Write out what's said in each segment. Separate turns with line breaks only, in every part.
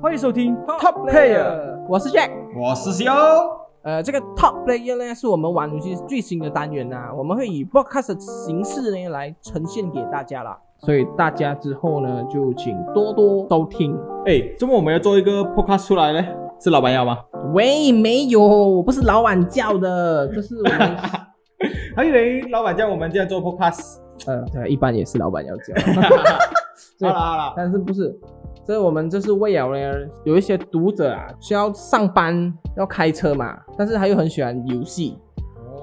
欢迎收听
Top Player，我是 Jack。
我是修，
呃，这个 Top Player 呢，是我们玩游戏最新的单元呐、我们会以 podcast 的形式呢来呈现给大家啦。所以大家之后呢，就请多多收听。
哎，周末我们要做一个 podcast 出来呢，是老板要吗？
喂，没有，我不是老板叫的，这是我 们
还以为哎老板叫我们这样做 podcast。
呃，对，一般也是老板要叫，
好了好了，
但是不是？这我们这是为了呢，有一些读者啊，需要上班要开车嘛，但是他又很喜欢游戏，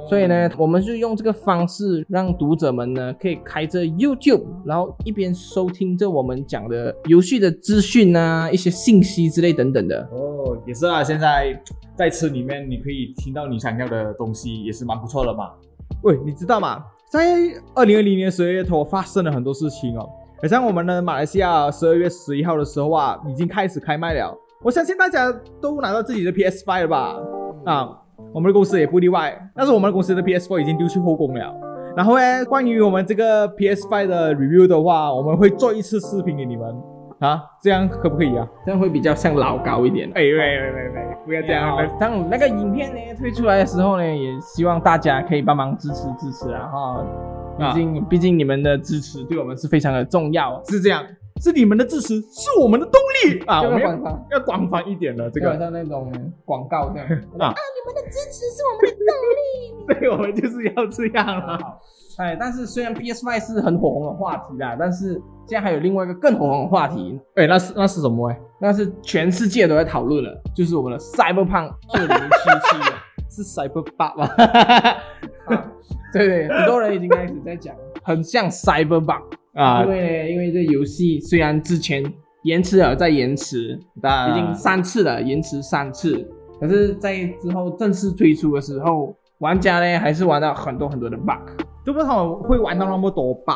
所以呢，我们就用这个方式让读者们呢可以开着 YouTube，然后一边收听着我们讲的游戏的资讯啊、一些信息之类等等的。
哦，也是啊，现在在吃里面你可以听到你想要的东西，也是蛮不错的嘛。
喂，你知道吗？在二零二零年十二月头发生了很多事情哦，好像我们的马来西亚十二月十一号的时候啊，已经开始开卖了。我相信大家都拿到自己的 PS Five 了吧？啊，我们的公司也不例外。但是我们的公司的 PS Four 已经丢去后宫了。然后呢，关于我们这个 PS Five 的 review 的话，我们会做一次视频给你们啊，这样可不可以啊？
这样会比较像老高一点。
哎喂喂喂喂，不要这样！
好当那个影片呢推出来的时候呢，也希望大家可以帮忙支持支持啊哈。毕竟、毕竟你们的支持对我们是非常的重要。啊
是这样，是你们的支持，是我们的动力啊！
要
我
不
们
要
要
广告？
要广泛一点了，这
这个
个，
像那种广告这样。
对，我们就是要这样了。
哎，但是虽然 PS Five 是很火红的话题啦，但是现在还有另外一个更火红的话题，
哎，那是那是什么？哎，
那是全世界都在讨论了，就是我们的 Cyberpunk 二零七七。
是 Cyberpunk 吗？
啊， 对对，很多人已经开始在讲，很像 Cyberpunk。
啊
因，为因为这游戏虽然之前延迟了再延迟，已经
但
三次了，延迟三次，可是，在之后正式推出的时候，玩家呢还是玩到很多很多的 bug。
就不知道他们会玩到那么多 bug。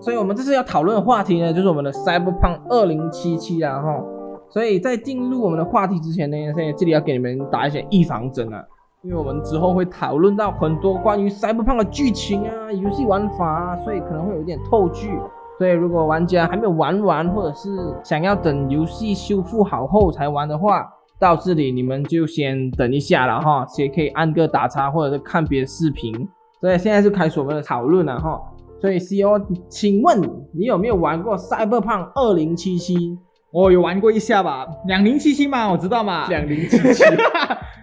所以我们这次要讨论的话题呢，就是我们的 Cyberpunk 二零七七啦哈。所以在进入我们的话题之前呢，现在这里要给你们打一些预防针啊，因为我们之后会讨论到很多关于 Cyberpunk 的剧情啊、游戏玩法啊，所以可能会有一点透剧。所以如果玩家还没有玩完，或者是想要等游戏修复好后才玩的话，到这里你们就先等一下了哈，也可以按个打叉或者是看别的视频。所以现在就开始我们的讨论了哈。所以 C E O，请问你有没有玩过《Cyberpunk 二零七七》？
我有玩过一下吧，两零七七嘛，我知道嘛，
零七 七，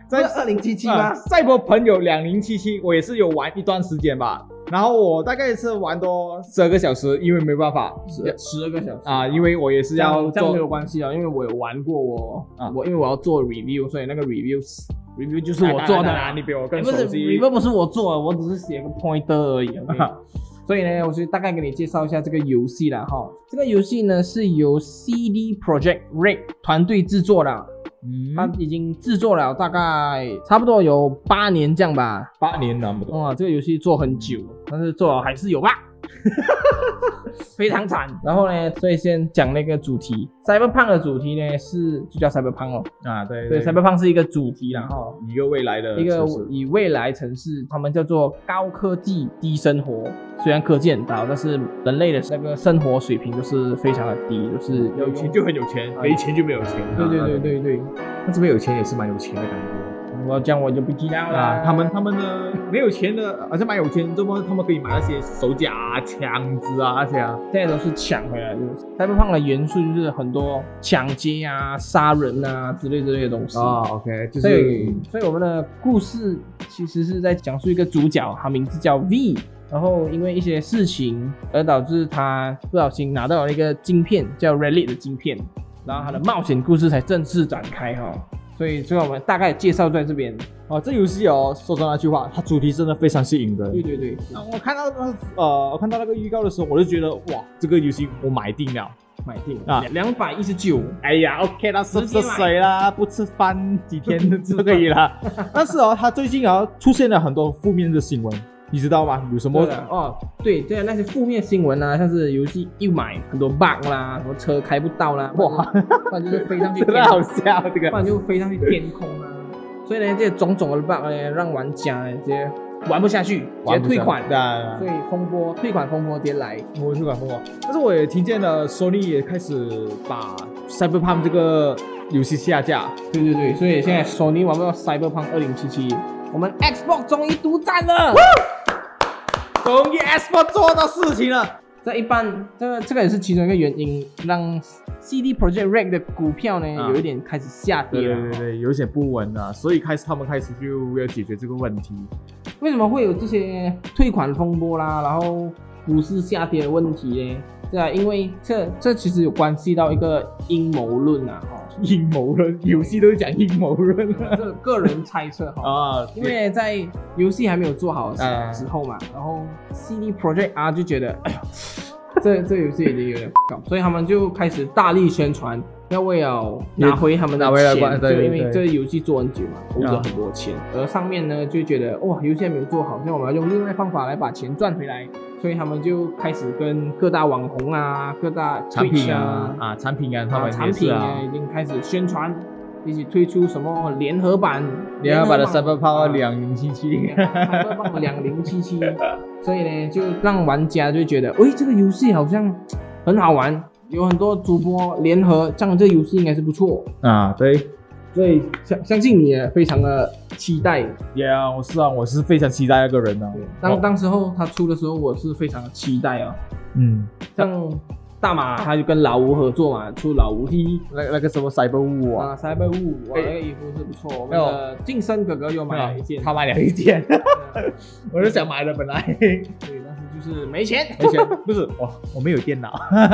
这啊二零七七吗
啊？赛博朋友两零七七，我也是有玩一段时间吧，然后我大概是玩多十二个小时，因为没办法
十十二个小时
啊，因为我也是
这样
要
这样
做
没有关系啊，因为我有玩过我
啊
我因为我要做 review，所以那个 review review 就是
哎
我做
当
的
然
啊
啦
啦，你比我更
哎不
熟
是
悉
review 不是我做的，我只是写个 pointer 而 已。OK
啊
所以呢，我就大概给你介绍一下这个游戏了哈。这个游戏呢是由 CD Project Red 团队制作的，啊它
嗯，
已经制作了大概差不多有八年这样吧。
八年了，不
哦
多。
哇，这个游戏做很久，但是做了还是有 吧，非常惨。然后呢，所以先讲那个主题，Cyberpunk 的主题呢是就叫 Cyberpunk 哦，
啊，对
对，Cyberpunk 是一个主题啦，然后
一个未来的
一个
城市
以未来城市，他们叫做高科技低生活，虽然科技很高，但是人类的那个生活水平都是非常的低，就是
有钱就很有钱，
啊
没钱就没有钱。啊
对对对对对，
对，那这边有钱也是蛮有钱的感觉
啊我讲我就不知道了、
啊。他们他们呢，没有钱的好像蛮有钱，这么他们可以买那些手甲啊、枪支啊那些啊。
现在都是抢回来的。Cyberpunk 的元素就是很多抢劫啊、杀人啊之类之类的东西。
啊
啊
，OK，就
所以，所以我们的故事其实是在讲述一个主角，他名字叫 V，然后因为一些事情而导致他不小心拿到了一个晶片，叫 Relic 的晶片，然后他的冒险故事才正式展开哈、所以，所以我们大概介绍在这边。
哦，这游戏哦，说真的那句话，它主题真的非常吸引人。
对对，
啊，我看到那呃，我看到那个预告的时候，我就觉得哇，这个游戏我买定了。
买定
啊
两百一十九。
哎呀，OK 啦，
直
是
接
吃
买
水啦，不吃饭几天就可以 啦。但是哦，它最近啊出现了很多负面的新闻，你知道吗？有什么
对的哦，对对啊，那些负面新闻啊，像是游戏一买很多 bug 啦，什么车开不到啦，
哇，啊
不然就是飞上去
真
天
的好
空，
笑这
不
个
然就飞上去天空啊。所以呢，这些种种的 bug 呢，让玩家呢直接玩不下去，直接退款。
对啊
所以风波退款风波直接来。
我去管风哦。但是我也听见了，索尼也开始把 Cyberpunk 这个游戏下架，
对对对，所以现在索尼玩不到 Cyberpunk 二零七七，我们 Xbox 终于独占了。
终于 Xbox 做到事情了。
这一半，这个这个也是其中一个原因，让 CD Project Red 的股票呢、
啊
有一点开始下跌
对
了。
对对对，有一些不稳啊，所以开始他们开始就要解决这个问题。
为什么会有这些退款风波啦，然后股市下跌的问题呢？对啊，因为这这其实有关系到一个阴谋论啊，哦，
阴谋论，游戏都讲阴谋论了
这个人猜测哦哈、
啊，
因为在游戏还没有做好的时
嗯
之后嘛，然后 CD Project R 就觉得，哎呦，这这游戏已经有点搞，所以他们就开始大力宣传，要为了拿回他们的
拿回来
钱，
关
就
对
因为
对
这游戏做很久嘛，投资了很多钱，而上面呢就觉得哇，游戏还没有做好，那我们要用另外方法来把钱赚回来，所以他们就开始跟各大网红啊、各大
产
Twitch
品
啊
啊、啊，产品啊，他
啊，
们
产
也是
品
啊
呢，已经开始宣传，一起推出什么联合版，
你要把它
版
Cyberpunk
啊
两零七七，
Cyberpunk 两零七七，所以呢，就让玩家就觉得，诶，这个游戏好像很好玩，有很多主播联合，这样这个游戏应该是不错，
啊，对，
所以相相信你也非常的期待。
呀，我是啊，我是非常期待那个人啊，
当
我
当时候他出的时候，我是非常的期待啊、
嗯，
像大马他就跟老吴合作嘛，出老吴一。
那那个什么 Cyber 五啊，
啊，塞贝五，哇，
哎
那个衣服是不错。我们的晋升哥哥又买了一件，
啊他买了一件，
对
我是想买的本来， 而
对，但是就是没钱。
且哎不是我我没有电脑，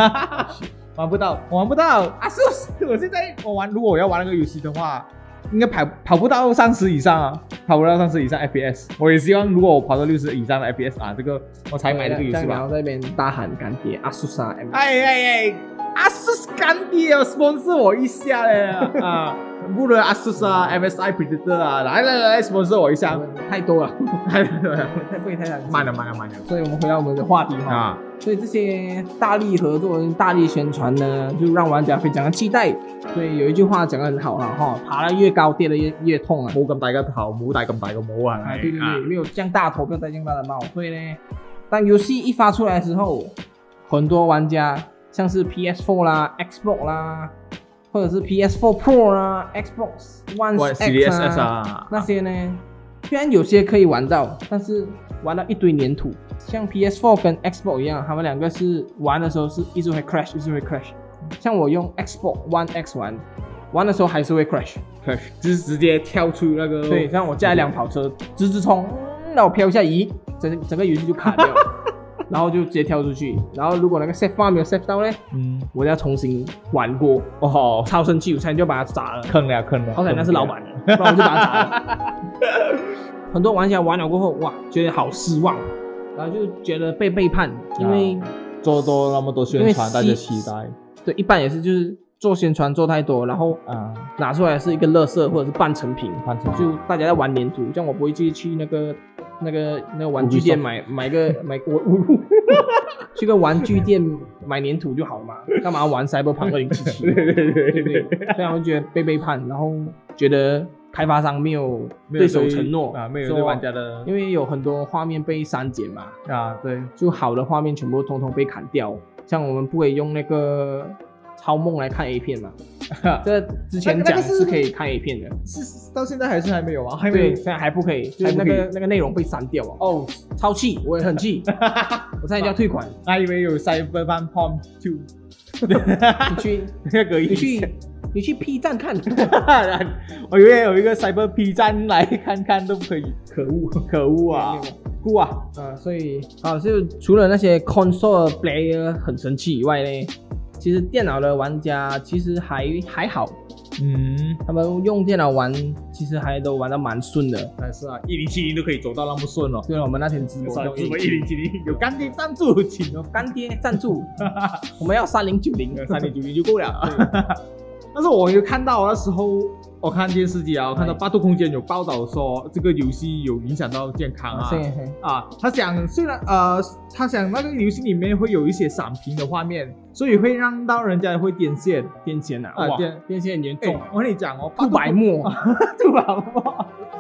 玩不到，我玩不到，
啊，是不是？
我现在我玩，如果我要玩那个游戏的话。应该跑跑不到三十以上啊，跑不到三十以上 FPS。我也希望，如果我跑到六十以上的 FPS 啊，这个我才买这个游
这
戏
样然
吧
后。在那边大喊干爹阿苏莎 M，
哎哎哎，阿斯干爹要 sponsor 我一下嘞啊！不论阿斯啊、MSI Predator 啊，来来来，sponsor 我一 下。哎
太多了，太贵太
慢
了。
了慢了慢了
所以我们回到我们的话题哈，
啊！
所以这些大力合作、大力宣传呢，就让玩家非常的期待。所以有一句话讲得很好了哈，爬得越高，跌得越越痛啊。
冇咁大個頭，冇戴咁大個帽啊！
啊，对对对，没有降大头，不要戴降大的帽。所以呢，当游戏一发出来的时候，很多玩家像是 PS4 啦、Xbox 啦，或者是 PS4 Pro 啦、Xbox One
我
X
CDSS
啊
啊，
那些呢，虽然有些可以玩到，但是玩到一堆粘土。像 PS4 跟 Xbox 一样，他们两个是玩的时候是一直会 crash，一直会 crash。像我用 Xbox One X 玩，玩的时候还是会 crash。
就是直接跳出那個
对，像我驾一辆跑车，直直冲，那我飘一下移，整整个游戏就卡掉了，然后就直接跳出去。然后如果那个 save 发没有 save 到呢，
嗯，
我就要重新玩过。
哦，
超生气，我差点就把它砸了。
坑了坑了，
好歹那是老板，不然我就把它砸了。很多玩家玩了过后，哇，觉得好失望，然后就觉得被背叛，因为、
做多那么多宣传，大
因
家
為
期
西
待
对一般也是就是做宣传做太多，然后
啊，
拿出来是一个垃圾或者是半成品，
换成
就大家在玩粘土，这样我不会去去那个那个那个玩具店
Ubisoft
买买个 买我我去个玩具店买粘土就好嘛，干嘛玩 Cyberpunk 二零七七？
对
对
对
不
对
对，所以他们觉得被背叛，然后觉得开发商没有对手承诺
啊，没有
说
对玩家的
因为有很多画面被删减嘛，
啊， 对，
就好的画面全部通通被砍掉，像我们不可以用那个超梦来看 A 片嘛，这之前
那个那
讲
个是
是可以看 A 片的。
是到现在还是还没有啊，还没
对，
有
现在还不可以，就是
还
那
不可以
个那个内容被删掉啊。哦，超气，我也很 气，我差点就要退款。
还以为有 Cyberpunk Pom Two，
你去，
那个
你
意思。
去，你去 P 站看。
我以为有一个 Cyber P 站来看看都不可以，可恶，可恶啊，酷啊！
啊，所以啊，就除了那些 console player 很生气以外呢，其实电脑的玩家其实还还好，
嗯，
他们用电脑玩其实还都玩的蛮顺的。
但是啊，一零七零都可以走到那么顺了，
对了，我们那天直播
算
就
直播一零七零有干爹赞助，请哦，
干爹赞助，我们要三零九零。
三点九零就够 了。但是我有看到那时候，我看电视机啊，我看到
哎
八度空间有报道说这个游戏有影响到健康啊
啊，。谢谢。
啊，他想虽然呃，他想那个游戏里面会有一些闪屏的画面，所以会让到人家会癫痫。
变现啊，
啊
哇
变，
变现很严
哎
重，
我跟你讲哦，八
不
度
白
空
沫。
对吧？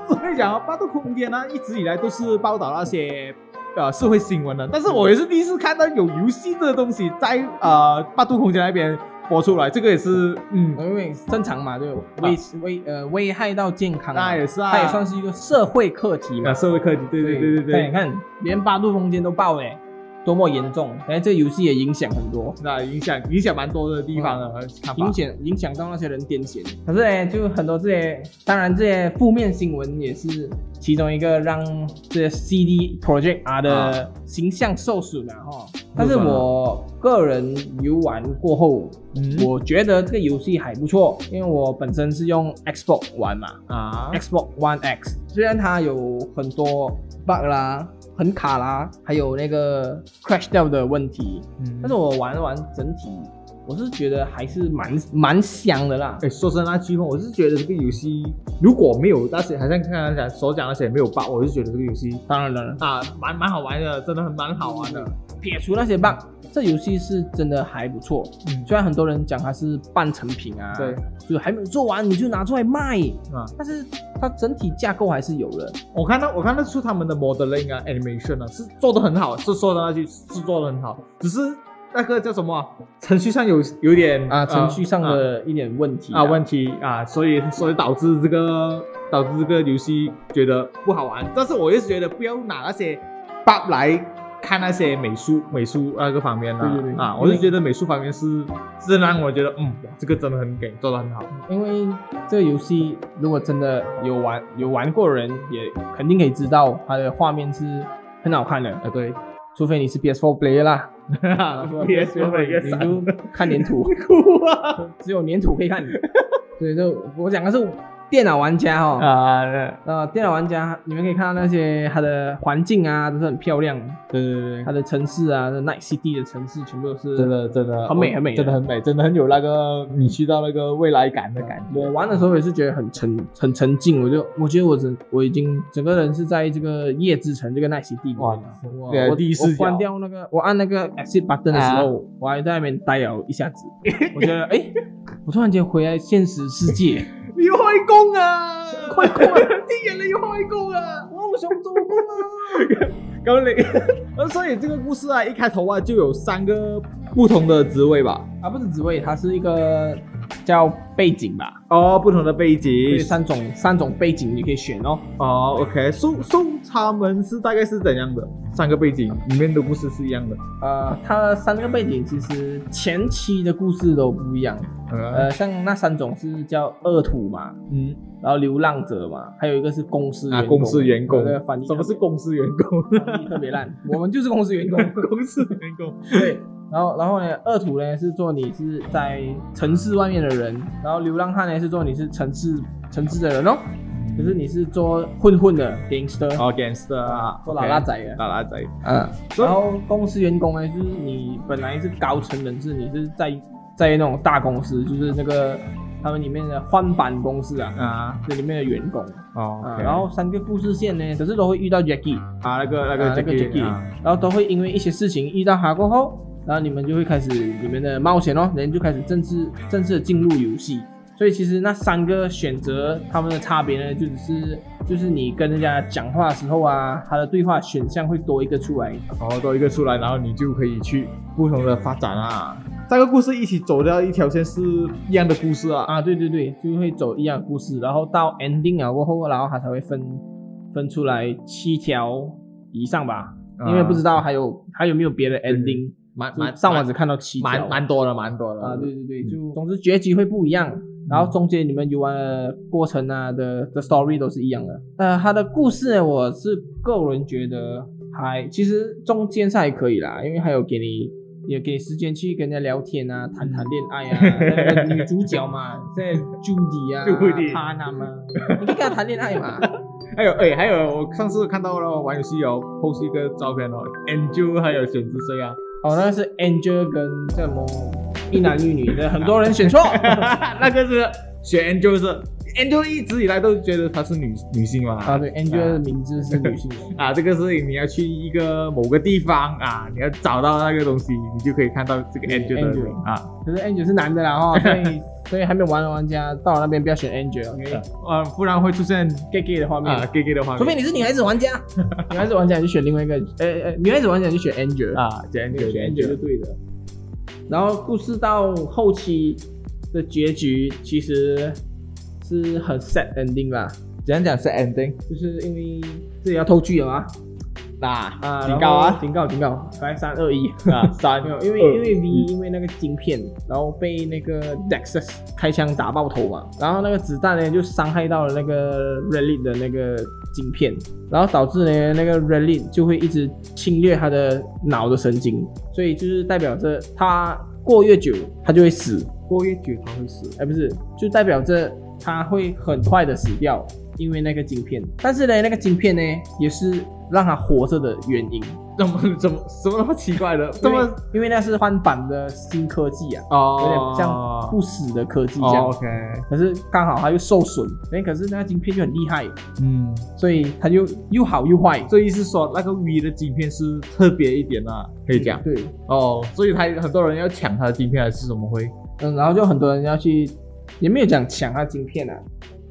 我跟你讲啊，八度空间呢、一直以来都是报道那些呃社会新闻的，但是我也是第一次看到有游戏这个东西在呃八度空间那边播出来，这个也是嗯，
因为正常嘛，对危危呃危害到健康嘛，
那也是啊，
它也算是一个社会课题嘛
啊。社会课题，对对对对
你
对，
看连八度空间都爆嘞，多么严重！哎，这游戏也影响很多，
那影响影响蛮多的地方的看法
影响影响到那些人癫痫。可是呢，就很多这些，当然这些负面新闻也是其中一个让这些 CD Project R 的形象受损了哈。但是我个人游玩过后，
嗯
我觉得这个游戏还不错，因为我本身是用 Xbox 玩嘛，
啊
Xbox One X，虽然它有很多 bug 啦、很卡啦，还有那个 crash 掉的问题，
嗯
但是我玩完整体，我是觉得还是蛮蛮香的啦。
哎，说真的那句话，我是觉得这个游戏如果没有那些，好像刚刚讲所讲那些没有 bug，我就觉得这个游戏
当然了，
啊蛮蛮好玩的，真的很蛮好玩的。
撇除那些 bug，这游戏是真的还不错。
嗯，
虽然很多人讲它是半成品啊，
对，
就还没有做完你就拿出来卖
啊
但是它整体架构还是有的。
我看到我看得出他们的 modeling 啊 animation 啊是做的很好，是说的那句是做的很好，只是那个叫什么啊程序上有有点
啊，程序上
啊
的一点问题
啊问题啊，所以所以导致这个导致这个游戏觉得不好玩。但是我也是觉得不要拿那些 bug 来看那些美术美术那个方面啦、啊，
对对对
我就觉得美术方面是是让我觉得嗯，哇这个真的很给做的 很好。
因为这个游戏如果真的有玩有玩过的人，也肯定可以知道它的画面是很好看的，呃
啊，对，
除非你是 PS4 player 啦，
别说了，别
你
闪
就看 粘土，
哭啊！
只有粘土可 以看。对，就我讲的是电脑玩家哦，
啊，对
呃，电脑玩家你们可以看到那些它的环境啊都是很漂亮，
对对
它
对。
的城市啊，这 Night City 的城市全部都是
真的真的
很美很美的
真的很美，真的很有那个你去到那个未来感的感觉。
我玩的时候也是觉得很沉很沉浸，我就我觉得我整我已经整个人是在这个夜之城这个奈奇地里面
哇
了。
对啊
我
第一视角啊
我关掉那个，我按那个 exit button 的时候，我还在那边待了一 下子，我觉得哎、诶我突然间回来现实世 界，
你开工 啊！
快快，
啲人你要开工啊！
哇，我想做工啊！
高你， 呃，所以这个故事啊，一开头啊就有三个不同的职位吧？
啊，不是职位，它是一个叫背景吧，
哦，不同的背景
有三种三种背景你可以选哦。
哦，OK，搜搜他们是大概是怎样的？三个背景里面的故事是一样的。
呃，它的三个背景其实前期的故事都不一样，
呃，
呃，像那三种是叫恶土嘛，
嗯，
然后流浪者嘛，还有一个是公司员
啊，
工
公司员工
对对翻译，
什 么是公司员
特
工？
别翻译特别烂？ 我们就是公 司员工，
公司员工，
对。然后，然后呢，恶徒呢是做你是在城市外面的人，然后流浪汉呢是做你是城市城市的人哦，可是你是做混混的 gangster，、
哦，gangster 啊，
做喇喇，仔的，
拉拉仔，
嗯。
所以
然后公司员工呢，就是你本来是高层人士，你是在在那种大公司，就是那个他们里面的翻版公司啊，
啊，
这里面的员工。
哦
啊，
，OK，
然后三个故事线呢，可是都会遇到 Jackie，
啊，那个那
啊
个
那个 Jackie，、然后都会因为一些事情遇到他过后，然后你们就会开始你们的冒险哦，人就开始正式正式的进入游戏。所以其实那三个选择他们的差别呢，就只是就是你跟人家讲话的时候啊，他的对话选项会多一个出来。
然后多一个出来，然后你就可以去不同的发展啊。三个故事一起走掉一条线是一样的故事啊。
啊，对对对，就会走一样的故事，然后到 ending 了过后，然后它才会分分出来七条以上吧，因
啊
为不知道还有还有没有别的 ending。
蛮
蛮
蛮
上网只看到七条，
蛮蛮多的，蛮多的
啊，对对对，
嗯
就嗯总之结局会不一样。然后中间你们游玩的过程啊的的 story 都是一样的。呃，它的故事呢，我是个人觉得还其实中间是还可以啦，因为还有给你也给你时间去跟人家聊天啊，谈谈恋爱啊。那个女主角嘛，在 Judy 啊
Judy
帕娜嘛，你可以跟她谈恋爱嘛。
还有哎，还有我上次看到了玩游戏有 post 一个照片哦，Angel 还有选择谁啊？
哦，那个是 Angel 跟什么一男一女的，很多人选错。
那个是选 Angel 是 Angel 一直以来都觉得她是女女性嘛。
啊，对，Angel 的名字是女性的。
啊，这个是你要去一个某个地方啊，你要找到那个东西，你就可以看到这个 Angel 的
Angel
啊。
可是 Angel 是男的啦哈，所以所以还没有玩的玩家到了那边不要选 Angel，OK？、
呃，不然会出现
gay gay 的画面，
啊 gay gay 的画面，
除非你是女孩子玩家，女孩子玩家你就选另外一个，呃呃，女孩子玩家你就选 Angel，、
啊，选
选
Angel
Angel 就对的。然后故事到后期的结局其实是很 sad ending 啦，
怎样讲是 ending？
就是因为这里要透剧了嘛，
那
啊，
警告啊
然后警告，警告，来三二一，
啊，三
没有，因为
呃
二
因为 V
嗯
因为那个晶片，然后被那个 Dexus 开枪打爆头嘛，然后那个子弹呢就伤害到了那个 Relic 的那个晶片，然后导致呢那个 Relic 就会一直侵略他的脑的神经，所以就是代表着他过越久他就会死，
过越久他会死。
哎，不是，就代表着他会很快的死掉，因为那个晶片。但是呢，那个晶片呢，也是让他活着的原因。
怎么怎么什么那么奇怪的？
因
这
为
么
因为那是换版的新科技啊，
哦，
有点像不死的科技这样。
哦，OK，
可是刚好他又受损，哎，可是那个晶片就很厉害，
嗯，
所以他就又好又坏。
所以是说那个 V 的晶片是特别一点啦，可以讲
对，
哦，所以他很多人要抢他的晶片还是怎么会？
嗯，然后就很多人要去，也没有讲抢他晶片啊，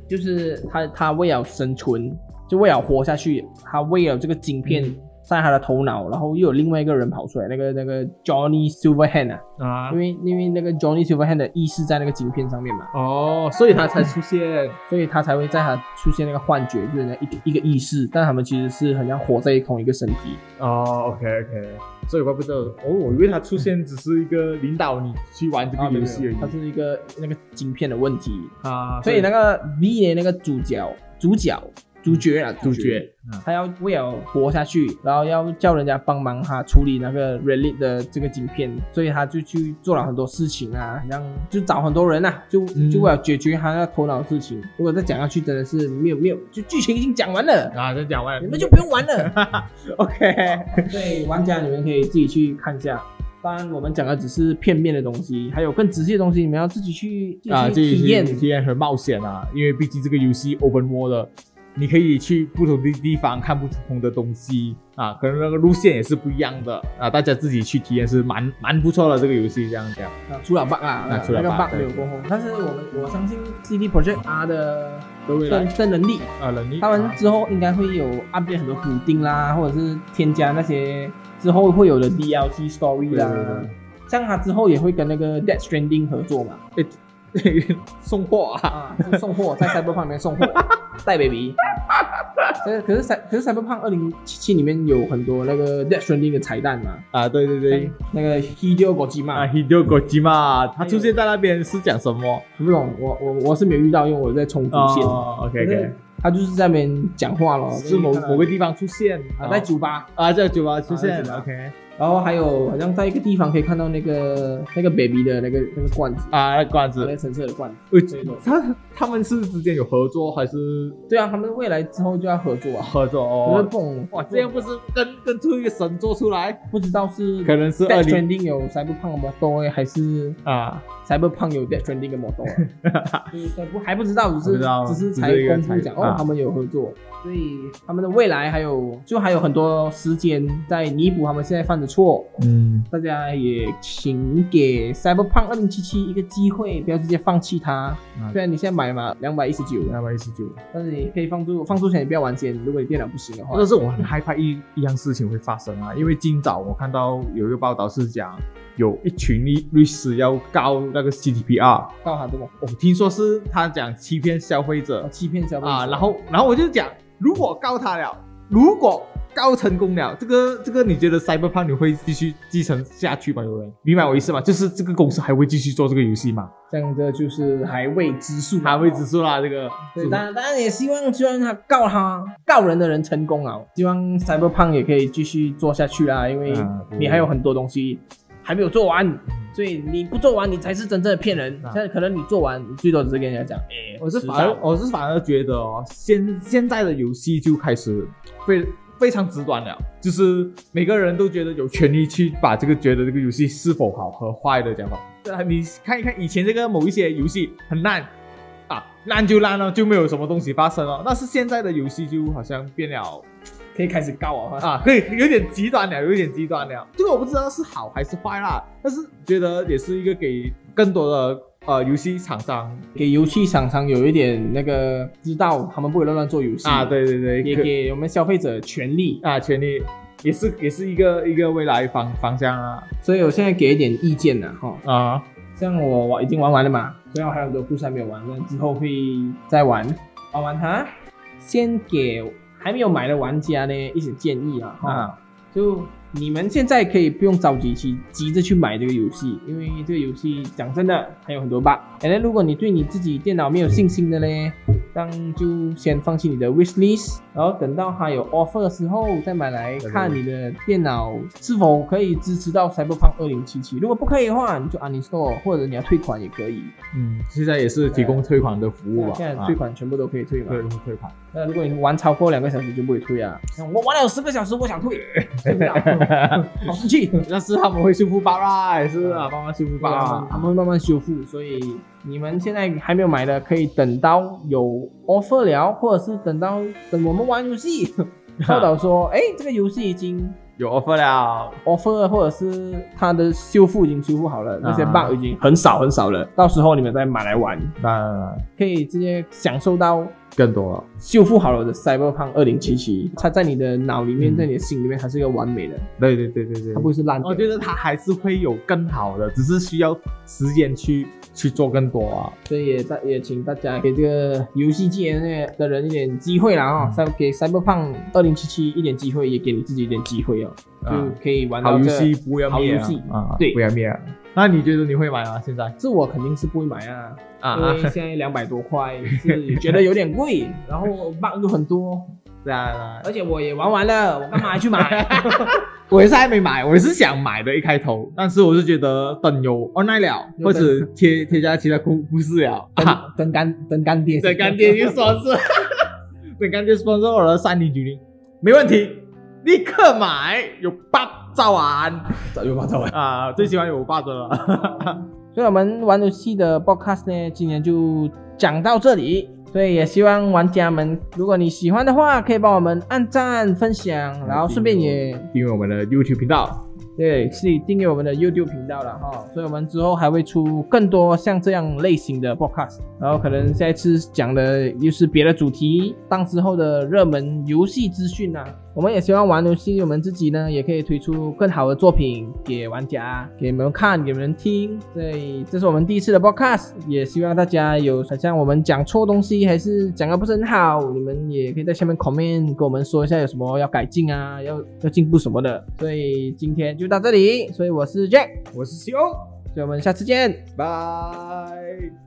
就是他他为了生存，就为了活下去，他为了这个晶片在他的头脑，然后又有另外一个人跑出来，那个那个 Johnny Silverhand 啊，
啊
因，为因为那个 Johnny Silverhand 的意识在那个晶片上面嘛，
哦，所以他才出现，
所以他才会在他出现那个幻觉，就是那一个一个意识，但他们其实是很像活在同一个身体。
哦，OK OK，所以怪不得哦，我以为他出现只是一个领导你去玩
啊
这个游戏而
它
已
是一个那个晶片的问题，
啊，
所以那个 V 的那个主角、主角、主角啊，
主角，嗯
他要为了活下去，然后要叫人家帮忙他处理那个 Relic 的这个晶片，所以他就去做了很多事情啊，然后就找很多人啊，就
嗯
就为了解决他那头脑的事情。如果再讲下去，真的是没有没有，就剧情已经讲完了，
啊，再讲完
你们就不用玩了。
OK，
所以玩家你们可以自己去看一下。当然，我们讲的只是片面的东西，还有更仔细的东西，你们要自己去
啊，
自己去体
验
验。
体验很冒险啊，因为毕竟这个游戏 open world 的，你可以去不同的地方看不同的东西啊，可能那个路线也是不一样的啊，大家自己去体验是蛮蛮不错的这个游戏这样讲。
啊，除了 bug 啦，
啊除了
那个
bug，
bug 没有过后，但是我们我相信 CD Project R 的
各位
的
来
的能力，
啊，能力
他们
啊
之后应该会有 update 很多补丁啦，或者是添加那些之后会有的 DLC story 啦
对对对。
像他之后也会跟那个 Dead Stranding 合作嘛，
送货啊，
啊，就送货在 Cyberpunk 里面送 货，带 baby。呃，可是 Cy 可是 Cyberpunk 二零七七里面有很多那个 Dead Stranding 的彩蛋嘛，
啊，对对对，
那个 Hideo Kojima
啊，Hideo Kojima，他出现在那边是讲什么？
不懂，我我我是没有遇到，因为我在冲
哦
主线。
，OK
可
OK，
是他就是在那边讲话了，
是某某个地方出现
啊，在酒吧，
啊，在酒吧出
啊在
现
酒吧
，OK
然后还有好像在一个地方可以看到那个那个 baby 的那个那个罐子，
啊，那罐
那
子，
个橙色的罐子。
呃
对对
他他们是之间有合作还是
对啊，他们未来之后就要合作啊。
合作
可
哦
是？蹦
哇，这样不是跟跟出一个神作出来？
不知道是
可能是二
Death
零
Stranding 有 Cyberpunk 的 model 还是
啊，
Cyberpunk 有 Death Stranding 的 model，啊 就是还不还不知道，只
不
是
知道
只是
只
才
是一个
公布
才
讲哦
啊，
他们有合作，所以他们的未来还有就还有很多时间在弥补他们现在犯的错。
嗯，
大家也请给 Cyberpunk 二零七七一个机会，不要直接放弃它。
嗯
虽然你现在买嘛两百一十九，
两百一十九。
但是你可以放出放出前你不要玩先，如果你电脑不行的话
但。是我很害怕一一样事情会发生啊，因为今早我看到有一个报道是讲，有一群律律师要告那个 CTPR，
告他这种
我听说是他讲欺骗消费
哦
者
欺骗消费者
啊，然后然后我就讲，如果告他了，如果告成功了，这个这个你觉得 Cyberpunk 你会继续继承下去吗？有人明白我意思吗？就是这个公司还会继续做这个游戏吗？
这样的就是还未知数，
还会指。数啦，这个
对，当然当然也希望希望他告他告人的人成功啊，希望 Cyberpunk 也可以继续做下去啦，因为
啊对
你还有很多东西还没有做完，所以你不做完你才是真正的骗人。
啊
现在可能你做完，你最多只是跟人家讲，哎，
我是
迟
反
早
而我是反而觉得哦，现现在的游戏就开始非非常极端了，就是每个人都觉得有权利去把这个觉得这个游戏是否好和坏的讲法。啊，你看一看以前这个某一些游戏很烂啊，烂就烂了，就没有什么东西发生了。但是现在的游戏就好像变了
可以开始告啊。
啊，可以有点极端了，有点极端了。这个我不知道是好还是坏啦，但是觉得也是一个给更多的呃游戏厂商
给游戏厂商有一点那个知道他们不会乱乱做游戏
啊，，对对对，
也
可
给我们消费者权利。
啊权利也是也是一个一个未来方方向啊
所以我现在给一点意见了哈，
啊
像我我已经玩完了嘛，虽然我还有很多故事还没有玩，那之后会再玩，玩完它。先给还没有买的玩家呢一些建议啊哈。
啊
就你们现在可以不用着急去急着去买这个游戏，因为这个游戏讲真的还有很多 bug。反正如果你对你自己电脑没有信心的嘞，当就先放弃你的 wish list，然后等到它有 offer 的时候再买来看你的电脑是否可以支持到 Cyberpunk 2077。如果不可以的话，你就 uninstall 或者你要退款也可以。
嗯，现在也是提供退款的服务吧，
现在
啊
退款全部都可以退嘛。
对退 款，
那如果你玩超过两个小时就不会退啊。我玩了十个小时，我想退，退不了好生气。
但是他们会修复包啦，也是啊，帮忙修复包
吧，他
啊，
们会慢慢修复，所以你们现在还没有买的，可以等到有 offer 了，或者是等到等我们玩游戏， 报道说，哎，这个游戏已经
啊有 offer 了，
offer，了或者是它的修复已经修复好了，那些
啊
bug 已经很少很少了，到时候你们再买来玩，
那
可以直接享受到
更多了。
修复好了的 Cyberpunk 二零七七，它在你的脑里面，
嗯
在你的心里面，它是一个完美的，
对对对对对
它，不会是烂
我
掉
觉
的。
得它还是会有更好的，只是需要时间去去做更多啊。
所以也大也请大家给这个游戏界那的人一点机会啦啊、哦，再给 Cyberpunk 二零七七一点机会，也给你自己一点机会哦，
啊
就可以玩
好
到
游
这。
戏不要
好
灭
游
啊
戏
啊，
对
不要灭啊。那你觉得你会买吗？现在
这我肯定是不会买啊，
啊
因为现在两百多块是觉得有点贵， 然后 bug 又很多，
对啊，
而且我也玩完了，我干嘛还 去买？
我也是还没买，我也是想买的，一开头，但是我是觉得等有 online 了，
有
或者贴贴加其他故故事了，啊，
等干等干爹，
等干爹就说是， 等干爹说是我的三零九零，没问题，立刻买，有八兆安
早就把走了。
啊，最喜欢有八兆了。
所以我们玩游戏的 podcast 呢，今天就讲到这里。所以也希望玩家们，如果你喜欢的话，可以帮我们按赞、分享，然后顺便也
订阅我们的 YouTube 频道。
对去订阅我们的 YouTube 频道了哈。所以我们之后还会出更多像这样类型的 podcast，然后可能下一次讲的又是别的主题，当时候的热门游戏资讯啊。我们也希望玩游戏，我们自己呢也可以推出更好的作品给玩家、给你们看、给你们听。所以这是我们第一次的 podcast，也希望大家有好像我们讲错东西还是讲的不是很好，你们也可以在下面 comment 跟我们说一下有什么要改进啊，要要进步什么的。所以今天就到这里，所以我是 Jack，
我是西欧，
所以我们下次见。
拜。